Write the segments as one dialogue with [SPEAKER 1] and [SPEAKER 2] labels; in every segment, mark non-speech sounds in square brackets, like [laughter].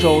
[SPEAKER 1] 受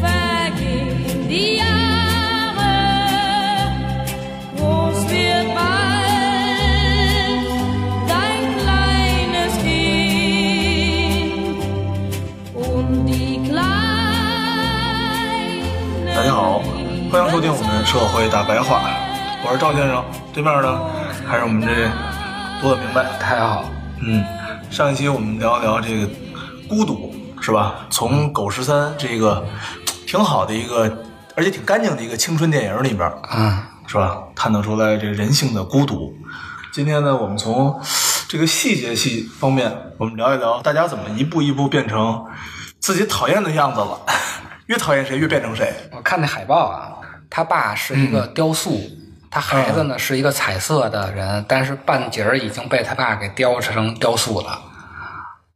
[SPEAKER 2] vergehen die Jahre. Groß wird bald dein kleines Kind. Und die kleine.
[SPEAKER 1] 大家好，欢迎收听我们《社会大白话》，我是赵先生，对面的还是我们这多的明白。
[SPEAKER 3] 太好，
[SPEAKER 1] 嗯，上一期我们聊一聊这个孤独，是吧？从《狗十三》这个挺好的一个，而且挺干净的一个青春电影里边，
[SPEAKER 3] 啊，
[SPEAKER 1] 是吧？探讨出来这个人性的孤独。今天呢，我们从这个细节系方面，我们聊一聊大家怎么一步一步变成自己讨厌的样子了。越讨厌谁，越变成谁。
[SPEAKER 3] 我看那海报啊，他爸是一个雕塑，他孩子呢、是一个彩色的人，但是半截儿已经被他爸给雕成雕塑了。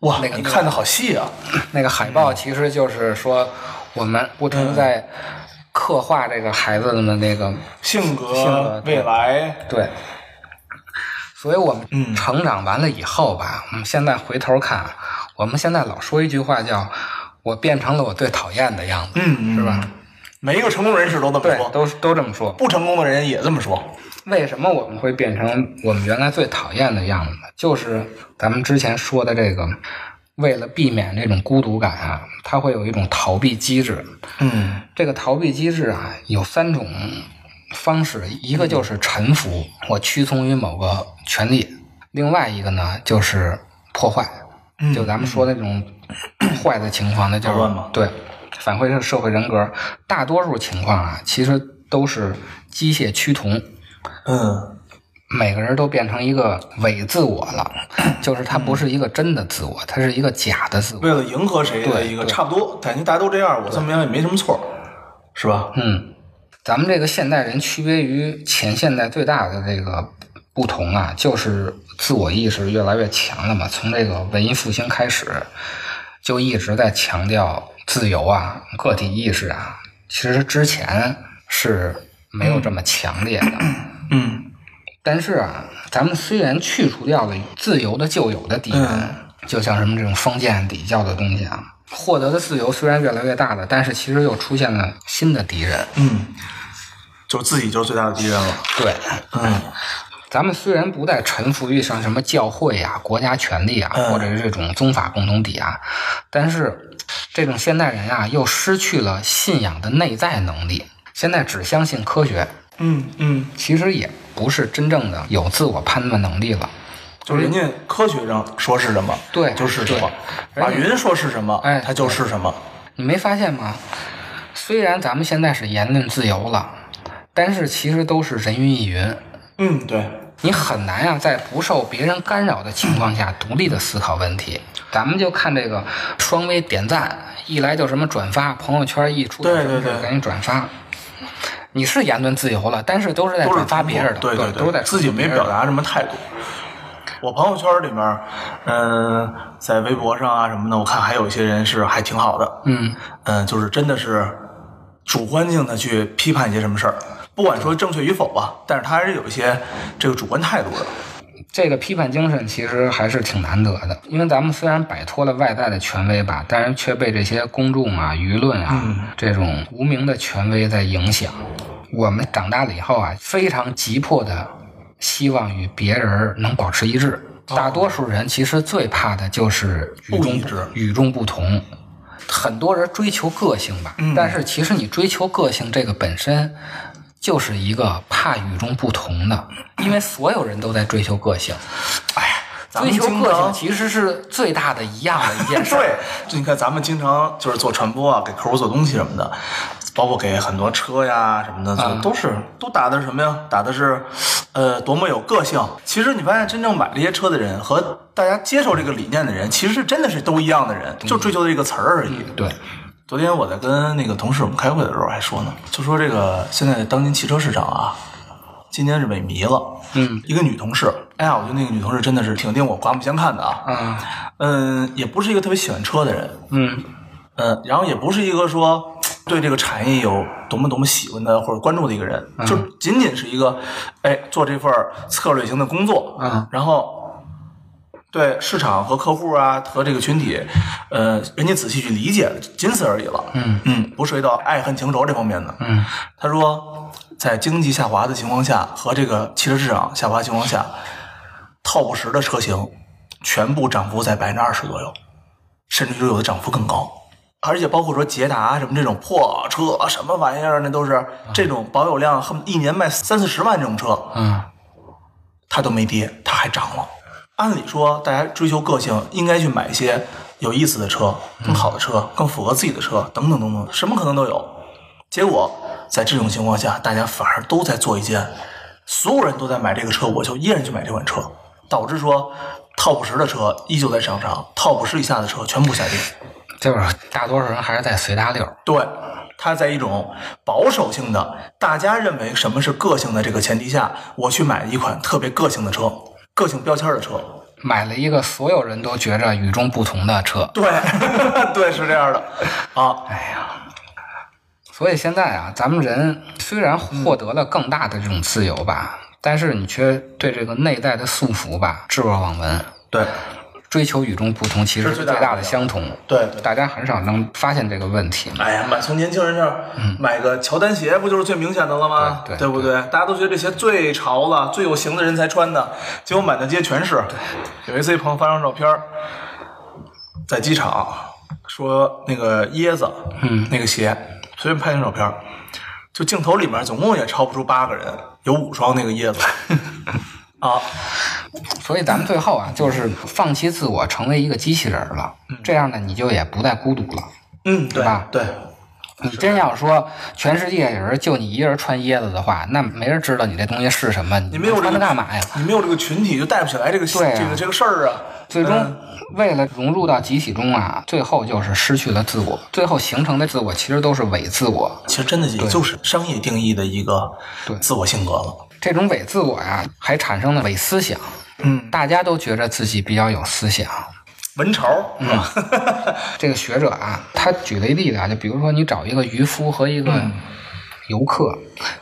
[SPEAKER 1] 哇，
[SPEAKER 3] 那个
[SPEAKER 1] 你看的好细啊！
[SPEAKER 3] 那个海报其实就是说，我们不停在刻画这个孩子的那个
[SPEAKER 1] 性格、
[SPEAKER 3] 性格对
[SPEAKER 1] 未来，
[SPEAKER 3] 对。所以我们
[SPEAKER 1] 嗯
[SPEAKER 3] 成长完了以后吧，我们现在回头看，我们现在老说一句话叫“我变成了我最讨厌的样子”，
[SPEAKER 1] 嗯，
[SPEAKER 3] 是吧？
[SPEAKER 1] 每一个成功人士都这么
[SPEAKER 3] 对，
[SPEAKER 1] 说，
[SPEAKER 3] 都都这么说。
[SPEAKER 1] 不成功的人也这么说。
[SPEAKER 3] 为什么我们会变成我们原来最讨厌的样子呢？就是咱们之前说的这个，为了避免这种孤独感啊，它会有一种逃避机制。
[SPEAKER 1] 嗯
[SPEAKER 3] 这个逃避机制啊，有三种方式，一个就是臣服，我屈从于某个权利；另外一个呢，就是破坏，就咱们说那种坏的情况，那就是
[SPEAKER 1] 嗯捣乱嘛
[SPEAKER 3] 对反馈是社会人格。大多数情况啊，其实都是机械趋同。
[SPEAKER 1] 嗯
[SPEAKER 3] 每个人都变成一个伪自我了，就是他不是一个真的自我，他是一个假的自我。
[SPEAKER 1] 为了迎合谁的
[SPEAKER 3] 对
[SPEAKER 1] 一个
[SPEAKER 3] 对
[SPEAKER 1] 差不多，感觉大家都这样，我这么样也没什么错，是吧？
[SPEAKER 3] 嗯，咱们这个现代人区别于前现代最大的这个不同啊，就是自我意识越来越强了嘛。从这个文艺复兴开始，就一直在强调自由啊、个体意识啊。其实之前是没有这么强烈的。
[SPEAKER 1] 嗯
[SPEAKER 3] 但是啊，咱们虽然去除掉了自由的旧有的敌人，
[SPEAKER 1] 嗯
[SPEAKER 3] 就像什么这种封建礼教的东西啊，获得的自由虽然越来越大了，但是其实又出现了新的敌人。
[SPEAKER 1] 嗯，就自己就是最大的敌人了。
[SPEAKER 3] 对，
[SPEAKER 1] 嗯
[SPEAKER 3] 咱们虽然不再臣服于像什么教会啊、国家权力啊，
[SPEAKER 1] 嗯
[SPEAKER 3] 或者是这种宗法共同体啊，但是这种现代人啊，又失去了信仰的内在能力，现在只相信科学，
[SPEAKER 1] 嗯嗯，
[SPEAKER 3] 其实也不是真正的有自我判断能力了。
[SPEAKER 1] 就是人家科学上说是什么，
[SPEAKER 3] 对
[SPEAKER 1] 就是什么。
[SPEAKER 3] 对
[SPEAKER 1] 马云说是什么，
[SPEAKER 3] 哎
[SPEAKER 1] 他就是什么。
[SPEAKER 3] 你没发现吗？虽然咱们现在是言论自由了，但是其实都是人云亦云，
[SPEAKER 1] 嗯，对，
[SPEAKER 3] 你很难呀、在不受别人干扰的情况下独立的思考问题。咱们就看这个双微点赞，一来就什么转发，朋友圈一出
[SPEAKER 1] 对
[SPEAKER 3] 什么事
[SPEAKER 1] 对
[SPEAKER 3] 儿
[SPEAKER 1] 对
[SPEAKER 3] 赶紧转发。你是言论自由了，但是都是在
[SPEAKER 1] 都是
[SPEAKER 3] 转哎发别人的，
[SPEAKER 1] 对
[SPEAKER 3] 对，
[SPEAKER 1] 对，
[SPEAKER 3] 都是在
[SPEAKER 1] 自己
[SPEAKER 3] 转发别
[SPEAKER 1] 没
[SPEAKER 3] 人的
[SPEAKER 1] 表达什么态度。我朋友圈里面，嗯、在微博上啊什么的，我看还有一些人是还挺好的，
[SPEAKER 3] 嗯，
[SPEAKER 1] 嗯，就是真的是主观性的去批判一些什么事儿，不管说正确与否吧，但是他还是有一些这个主观态度的。
[SPEAKER 3] 这个批判精神其实还是挺难得的，因为咱们虽然摆脱了外在的权威吧，但是却被这些公众啊、舆论啊、
[SPEAKER 1] 嗯
[SPEAKER 3] 这种无名的权威在影响。我们长大了以后啊，非常急迫的希望与别人能保持一致。大多数人其实最怕的就是与
[SPEAKER 1] 哦不一
[SPEAKER 3] 众
[SPEAKER 1] 致
[SPEAKER 3] 与众不同。很多人追求个性吧，
[SPEAKER 1] 嗯
[SPEAKER 3] 但是其实你追求个性这个本身就是一个怕与众不同的，因为所有人都在追求个性，
[SPEAKER 1] 哎呀，咱
[SPEAKER 3] 追
[SPEAKER 1] 们
[SPEAKER 3] 求
[SPEAKER 1] 经
[SPEAKER 3] 个性啊
[SPEAKER 1] 常
[SPEAKER 3] 其实是最大的一样的
[SPEAKER 1] [laughs]
[SPEAKER 3] 一件事。
[SPEAKER 1] 对，就你看咱们经常就是做传播啊，给客户做东西什么的，包括给很多车呀什么的，就都是、都打的是什么呀？打的是，呃，多么有个性。其实你发现真正买这些车的人和大家接受这个理念的人，其实真的是都一样的人，就追求这个词儿而已。
[SPEAKER 3] 对，
[SPEAKER 1] 昨天我在跟那个同事我们开会的时候还说呢，就说这个现在当今汽车市场啊，今年是萎靡了。
[SPEAKER 3] 嗯，
[SPEAKER 1] 一个女同事哎呀，我觉得那个女同事真的是挺令我刮目相看的啊。
[SPEAKER 3] 啊，
[SPEAKER 1] 嗯，也不是一个特别喜欢车的人，
[SPEAKER 3] 嗯
[SPEAKER 1] 嗯，然后也不是一个说对这个产业有多么多么喜欢的或者关注的一个人，
[SPEAKER 3] 嗯
[SPEAKER 1] 就仅仅是一个，哎，做这份儿策略型的工作，
[SPEAKER 3] 嗯，
[SPEAKER 1] 然后。对市场和客户啊，和这个群体，呃，人家仔细去理解，仅此而已了。
[SPEAKER 3] 嗯
[SPEAKER 1] 嗯，不涉及到爱恨情仇这方面的。
[SPEAKER 3] 嗯
[SPEAKER 1] 他说，在经济下滑的情况下和这个汽车市场下滑情况下，TOP 十的车型全部涨幅在百分之二十左右，甚至有的涨幅更高。而且包括说捷达什么这种破车，什么玩意儿，那都是这种保有量，恨不得一年卖三四十万这种车，
[SPEAKER 3] 嗯
[SPEAKER 1] 它都没跌，它还涨了。按理说，大家追求个性，应该去买一些有意思的车、更好的车、更符合自己的车，等等等等，什么可能都有。结果在这种情况下，大家反而都在做一件，所有人都在买这个车，我就依然去买这款车，导致说 top 十的车依旧在上涨，top 十以下的车全部下跌。
[SPEAKER 3] 就是大多数人还是在随大溜儿。
[SPEAKER 1] 对，它在一种保守性的，大家认为什么是个性的这个前提下，我去买一款特别个性的车，个性标签儿的车，
[SPEAKER 3] 买了一个所有人都觉着与众不同的车。
[SPEAKER 1] [laughs] 对，对，是这样的啊，
[SPEAKER 3] 所以现在啊，咱们人虽然获得了更大的这种自由吧，但是你却对这个内在的束缚吧置若罔闻，
[SPEAKER 1] 对，
[SPEAKER 3] 追求与众不同，其实
[SPEAKER 1] 是
[SPEAKER 3] 是
[SPEAKER 1] 最
[SPEAKER 3] 最
[SPEAKER 1] 大的
[SPEAKER 3] 大的相同。
[SPEAKER 1] 对对。
[SPEAKER 3] 大家很少能发现这个问题。
[SPEAKER 1] 哎呀，买从年轻人这儿买个乔丹鞋，不就是最明显的了吗？
[SPEAKER 3] 对对
[SPEAKER 1] 不嗯对？大家都觉得这鞋最潮了，最有型的人才穿的，结果满大街全是。有一次，一朋友发张照片儿，在机场说那个椰子，嗯，那个鞋，随便拍张照片儿，就镜头里面总共也超不出八个人，有五双那个椰 [laughs] 子。啊，
[SPEAKER 3] 所以咱们最后啊，就是放弃自我，成为一个机器人了。这样呢，你就也不再孤独了。
[SPEAKER 1] 嗯，对
[SPEAKER 3] 吧
[SPEAKER 1] 对，
[SPEAKER 3] 你真要说全世界有人就你一人穿椰子的话，那没人知道你这东西是什么，你
[SPEAKER 1] 你没有这
[SPEAKER 3] 穿
[SPEAKER 1] 个
[SPEAKER 3] 它干嘛呀？
[SPEAKER 1] 你没有这个群体，就带不起来这个、
[SPEAKER 3] 对啊
[SPEAKER 1] 这个这个事儿啊。
[SPEAKER 3] 最终
[SPEAKER 1] 嗯
[SPEAKER 3] 为了融入到集体中啊，最后就是失去了自我，最后形成的自我其实都是伪自我。
[SPEAKER 1] 其实真的也就是商业定义的一个
[SPEAKER 3] 对
[SPEAKER 1] 自我性格了。
[SPEAKER 3] 这种伪自我呀、还产生了伪思想。
[SPEAKER 1] 嗯，
[SPEAKER 3] 大家都觉着自己比较有思想。
[SPEAKER 1] 文潮是
[SPEAKER 3] 嗯
[SPEAKER 1] 吧？
[SPEAKER 3] 这个学者啊，他举了一例子啊，就比如说你找一个渔夫和一
[SPEAKER 1] 嗯
[SPEAKER 3] 个游客，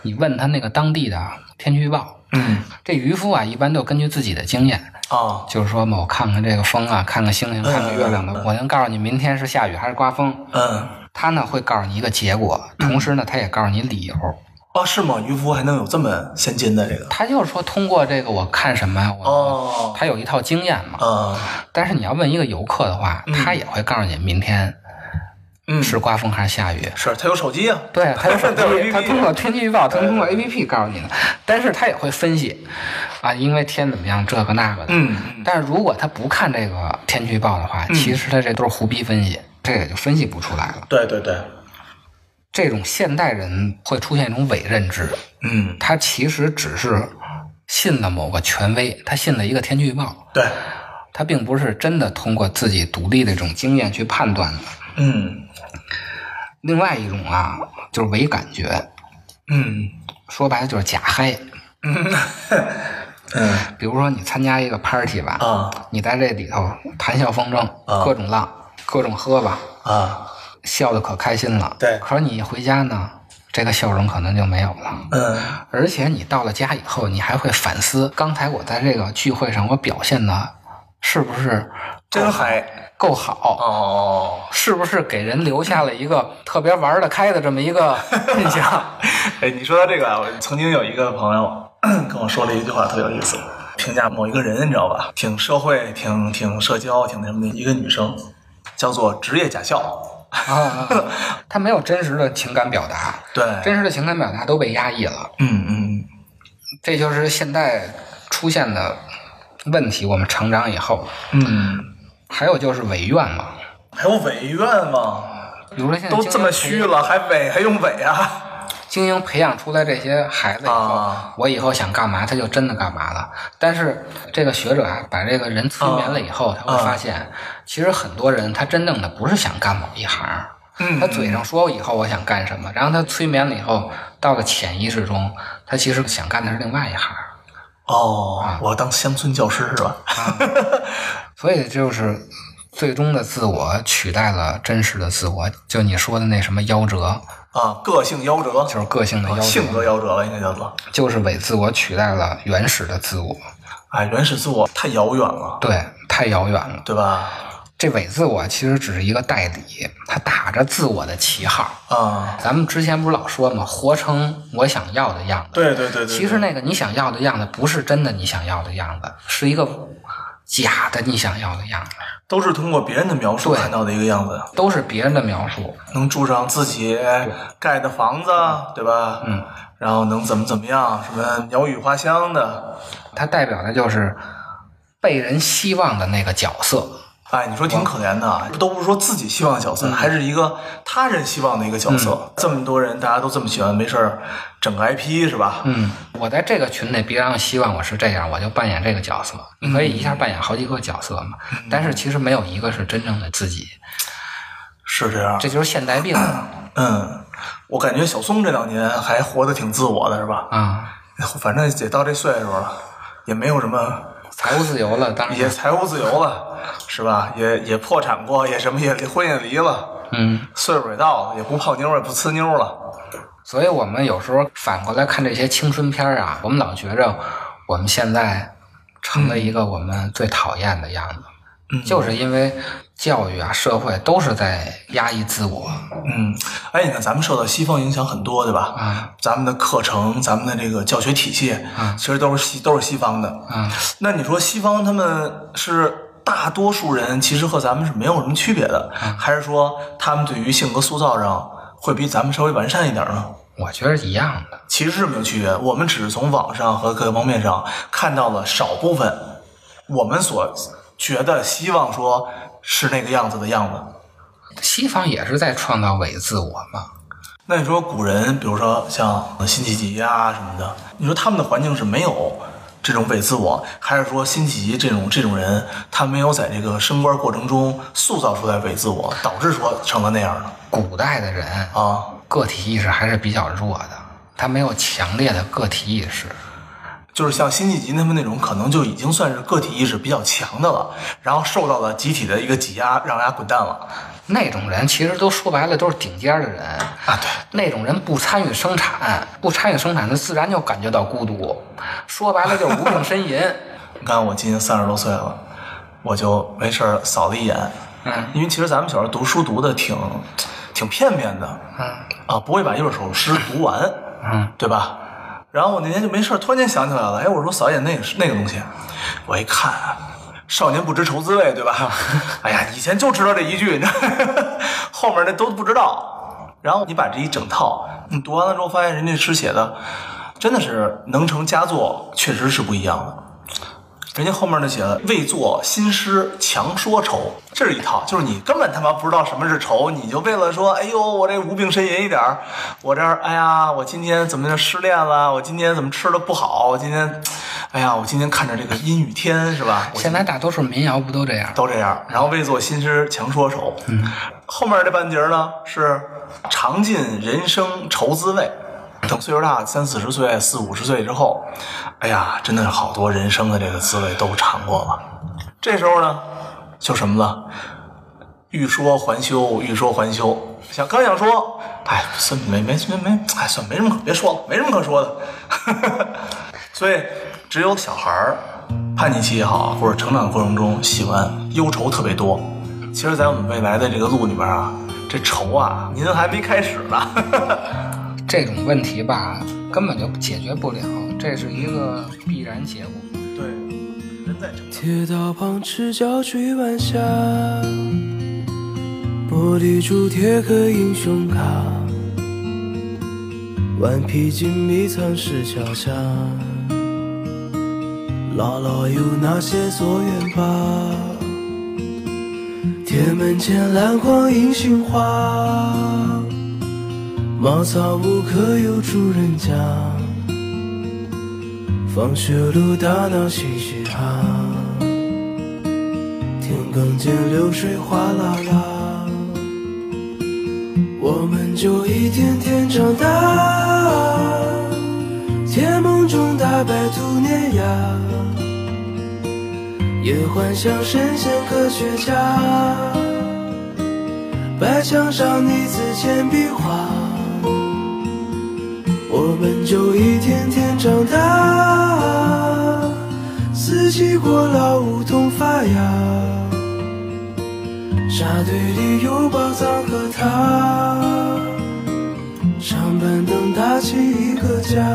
[SPEAKER 3] 你问他那个当地的天气预报，
[SPEAKER 1] 嗯
[SPEAKER 3] 这渔夫啊一般都根据自己的经验，
[SPEAKER 1] 啊，
[SPEAKER 3] 就是说嘛，我看看这个风啊，看看星星，看看月亮的，我能告诉你明天是下雨还是刮风。
[SPEAKER 1] 嗯，
[SPEAKER 3] 他呢会告诉你一个结果，同时呢，他也告诉你理由。
[SPEAKER 1] 啊是吗？渔夫还能有这么先进的这个？
[SPEAKER 3] 他就是说，通过这个我看什么呀？我、
[SPEAKER 1] 哦，
[SPEAKER 3] 他有一套经验嘛。
[SPEAKER 1] 啊，
[SPEAKER 3] 但是你要问一个游客的话，他也会告诉你明天
[SPEAKER 1] 嗯，
[SPEAKER 3] 是刮风还是下雨。
[SPEAKER 1] 是，他有手机啊。 [laughs]
[SPEAKER 3] 对，他有手
[SPEAKER 1] 都有
[SPEAKER 3] 机，
[SPEAKER 1] APP
[SPEAKER 3] 他通过天气预报，他
[SPEAKER 1] 嗯
[SPEAKER 3] 通过 A P P 告诉你的，但是他也会分析啊，因为天怎么样，这个那个的。
[SPEAKER 1] 嗯，
[SPEAKER 3] 但是如果他不看这个天气预报的话，其实他这都是胡逼分析，这也就分析不出来了。
[SPEAKER 1] 对对对，
[SPEAKER 3] 这种现代人会出现一种伪认知，
[SPEAKER 1] 嗯，
[SPEAKER 3] 他其实只是信了某个权威，他信了一个天气预报，
[SPEAKER 1] 对，
[SPEAKER 3] 他并不是真的通过自己独立的这种经验去判断的。
[SPEAKER 1] 嗯
[SPEAKER 3] 另外一种啊，就是伪感觉，
[SPEAKER 1] 嗯
[SPEAKER 3] 说白了就是假嗨。
[SPEAKER 1] 嗯
[SPEAKER 3] 比如说你参加一个 party 吧，
[SPEAKER 1] 啊
[SPEAKER 3] 你在这里头谈笑风生，
[SPEAKER 1] 啊
[SPEAKER 3] 各种浪，各种喝吧，
[SPEAKER 1] 啊，
[SPEAKER 3] 笑得可开心了。
[SPEAKER 1] 对
[SPEAKER 3] 可是你一回家呢，这个笑容可能就没有了。
[SPEAKER 1] 嗯
[SPEAKER 3] 而且你到了家以后，你还会反思，刚才我在这个聚会上我表现的是不是
[SPEAKER 1] 真嗨
[SPEAKER 3] 够好，
[SPEAKER 1] 哦。
[SPEAKER 3] 是不是给人留下了一个特别玩得开的这么
[SPEAKER 1] [laughs]
[SPEAKER 3] 一个印象？啊
[SPEAKER 1] 哎，你说到这个啊，我曾经有一个朋友 [clears throat] 跟我说了一句话特有意思，评价某一个人，你知道吧？挺社会，挺挺社交，挺那什么的一个女生，叫做职业假笑。
[SPEAKER 3] 啊，他没有真实的情感表达，
[SPEAKER 1] 对，
[SPEAKER 3] 真实的情感表达都被压抑了，
[SPEAKER 1] 嗯嗯
[SPEAKER 3] 这就是现在出现的问题。我们成长以后，
[SPEAKER 1] 嗯，
[SPEAKER 3] 还有就是违愿嘛，
[SPEAKER 1] 还有违愿吗？
[SPEAKER 3] 比如说现在
[SPEAKER 1] 都
[SPEAKER 3] 精英
[SPEAKER 1] 这么
[SPEAKER 3] 培
[SPEAKER 1] 虚了，还违还用违啊？
[SPEAKER 3] 精英培养出来这些孩子以后，
[SPEAKER 1] 啊
[SPEAKER 3] 我以后想干嘛，他就真的干嘛了。但是这个学者啊，把这个人催眠了以
[SPEAKER 1] 啊
[SPEAKER 3] 后，他会发现，其实很多人他真正的不是想干某一行，
[SPEAKER 1] 嗯
[SPEAKER 3] 他嘴上说以后我想干什么，然后他催眠了以后，到了潜意识中，他其实想干的是另外一行。
[SPEAKER 1] 哦，我要当乡村教师是吧？ [laughs]
[SPEAKER 3] 所以就是最终的自我取代了真实的自我，就你说的那什么夭折，
[SPEAKER 1] 啊，个性夭折，
[SPEAKER 3] 就是个性的
[SPEAKER 1] 啊
[SPEAKER 3] 夭折，
[SPEAKER 1] 性格夭折了，应该叫做。
[SPEAKER 3] 就是伪自我取代了原始的自我，
[SPEAKER 1] 哎，原始自我太遥远了，
[SPEAKER 3] 对，太遥远了。
[SPEAKER 1] 对吧？
[SPEAKER 3] 这伪自我其实只是一个代理，它打着自我的旗号。
[SPEAKER 1] 啊，
[SPEAKER 3] 咱们之前不是老说嘛，活成我想要的样子。
[SPEAKER 1] 对对对对，
[SPEAKER 3] 其实那个你想要的样子，不是真的你想要的样子，是一个假的你想要的样子，
[SPEAKER 1] 都是通过别人的描述
[SPEAKER 3] 对
[SPEAKER 1] 看到的一个样子，
[SPEAKER 3] 都是别人的描述。
[SPEAKER 1] 能住上自己哎盖的房子，对吧？嗯，然后能怎么怎么样，什么鸟语花香的。
[SPEAKER 3] 它代表的就是被人希望的那个角色。
[SPEAKER 1] 哎，你说挺可怜的啊，都不是说自己希望的角
[SPEAKER 3] 嗯
[SPEAKER 1] 色，还是一个他人希望的一个角色。这么多人，大家都这么喜欢，没事儿整个 IP 是吧？
[SPEAKER 3] 嗯，我在这个群里，别让希望我是这样，我就扮演这个角色。你可以
[SPEAKER 1] 嗯
[SPEAKER 3] 一下扮演好几个角色嘛，但是其实没有一个是真正的自己，
[SPEAKER 1] 是这样。
[SPEAKER 3] 这就是现代病
[SPEAKER 1] [clears throat]
[SPEAKER 3] 啊、
[SPEAKER 1] 嗯，我感觉小松这两年还活得挺自我的，是吧？
[SPEAKER 3] 啊
[SPEAKER 1] 反正也到这岁数了，也没有什么，
[SPEAKER 3] 财务自由了，当
[SPEAKER 1] 也
[SPEAKER 3] 然，
[SPEAKER 1] 财务自由了，是吧？也也破产过，也什么也离婚也离了，
[SPEAKER 3] 嗯，
[SPEAKER 1] 岁数也到了，也不泡妞也不呲妞了。
[SPEAKER 3] 所以我们有时候反过来看这些青春片儿啊，我们老觉着我们现在成了一个我们最讨厌的样子，
[SPEAKER 1] 嗯
[SPEAKER 3] 就是因为教育啊、社会都是在压抑自我
[SPEAKER 1] 嗯，哎，你看咱们受到西方影响很多，对吧？
[SPEAKER 3] 啊
[SPEAKER 1] 咱们的课程，咱们的这个教学体系，
[SPEAKER 3] 嗯
[SPEAKER 1] 其实都是西都是西方的。
[SPEAKER 3] 啊，
[SPEAKER 1] 那你说西方他们是大多数人其实和咱们是没有什么区别的，还是说他们对于性格塑造上会比咱们稍微完善一点呢？
[SPEAKER 3] 我觉得是一样的。
[SPEAKER 1] 其实是没有区别，我们只是从网上和各个方面上看到了少部分我们所觉得希望说是那个样子的样子。
[SPEAKER 3] 西方也是在创造伪自我嘛，
[SPEAKER 1] 那你说古人，比如说像辛弃疾啊什么的，你说他们的环境是没有这种伪自我，还是说辛弃疾这种这种人，他没有在这个升官过程中塑造出来伪自我，导致说成了那样的
[SPEAKER 3] 古代的人
[SPEAKER 1] 啊？
[SPEAKER 3] 个体意识还是比较弱的，他没有强烈的个体意识。
[SPEAKER 1] 就是像辛弃疾他们那种，可能就已经算是个体意识比较强的了，然后受到了集体的一个挤压，让人家滚蛋了
[SPEAKER 3] 那种人其实都说白了都是顶尖儿的人，
[SPEAKER 1] 啊！对，
[SPEAKER 3] 那种人不参与生产，不参与生产，他自然就感觉到孤独。说白了就是无病呻吟。
[SPEAKER 1] 你看我今年三十多岁了，我就没事儿扫了一眼，
[SPEAKER 3] 嗯
[SPEAKER 1] 因为其实咱们小时候读书读的挺挺片面的，
[SPEAKER 3] 嗯
[SPEAKER 1] 啊，不会把一本首诗读完，
[SPEAKER 3] 嗯，
[SPEAKER 1] 对吧？然后我那天就没事儿，突然间想起来了，哎，我说扫一眼那个那个东西，我一看，少年不知愁滋味，对
[SPEAKER 3] [laughs]
[SPEAKER 1] 吧？哎呀，以前就知道这一句， [laughs] 你知道，后面那都不知道。然后你把这一整套你读完了之后，发现人家诗写的真的是能成佳作，确实是不一样的。人家后面那写的“未作新诗强说愁”，这是一套，就是你根本他妈不知道什么是愁，你就为了说，哎呦，我这无病呻吟一点儿，我这儿，哎呀，我今天怎么就失恋了？我今天怎么吃的不好？我今天，哎呀，我今天看着这个阴雨天是吧？我
[SPEAKER 3] 现在大多数民谣不都这样？
[SPEAKER 1] 都这样，然后“未作新诗强说愁”，后面这半截儿呢是“尝尽人生愁滋味”。等岁数大，三四十岁、四五十岁之后，哎呀，真的是好多人生的这个滋味都尝过了。这时候呢，就什么了？欲说还休，欲说还休。想刚想说，哎，算没没没没，哎，算没什么可别说了，没什么可说的。所以，只有小孩儿叛逆期也好，或者成长过程中喜欢忧愁特别多。其实，在我们未来的这个路里边啊，这愁啊，您还没开始呢。 [laughs]
[SPEAKER 3] 这种问题吧，根本就解决不了，这是一个必然结果。
[SPEAKER 1] 对，人在成长。
[SPEAKER 4] 铁道旁赤脚追晚霞，玻璃珠贴个英雄卡，顽皮筋迷藏石桥下，姥姥有那些作业本？铁门前篮花银杏花，茅草屋可有住人家？放学路打闹嘻嘻哈哈，田埂间流水哗啦啦，我们就一天天长大。甜梦中大白兔碾压，也幻想神仙科学家。白墙上泥字铅笔画，我们就一天天长大。四季过老，梧桐发芽，沙堆里有宝藏和他。长板凳搭起一个家。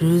[SPEAKER 4] 日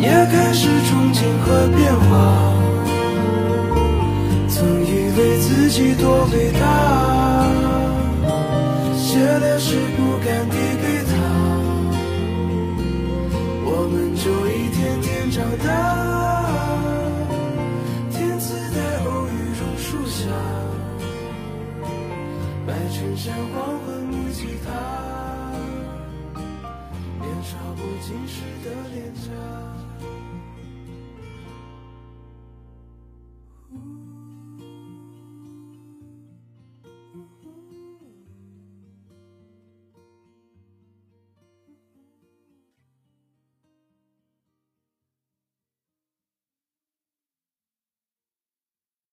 [SPEAKER 4] 也开始憧憬和变化。曾以为自己多伟大，写的诗不敢递给他。我们就一天天长大，天自带偶遇榕树下，白衬衫黄昏木吉他，年少不经事的脸颊。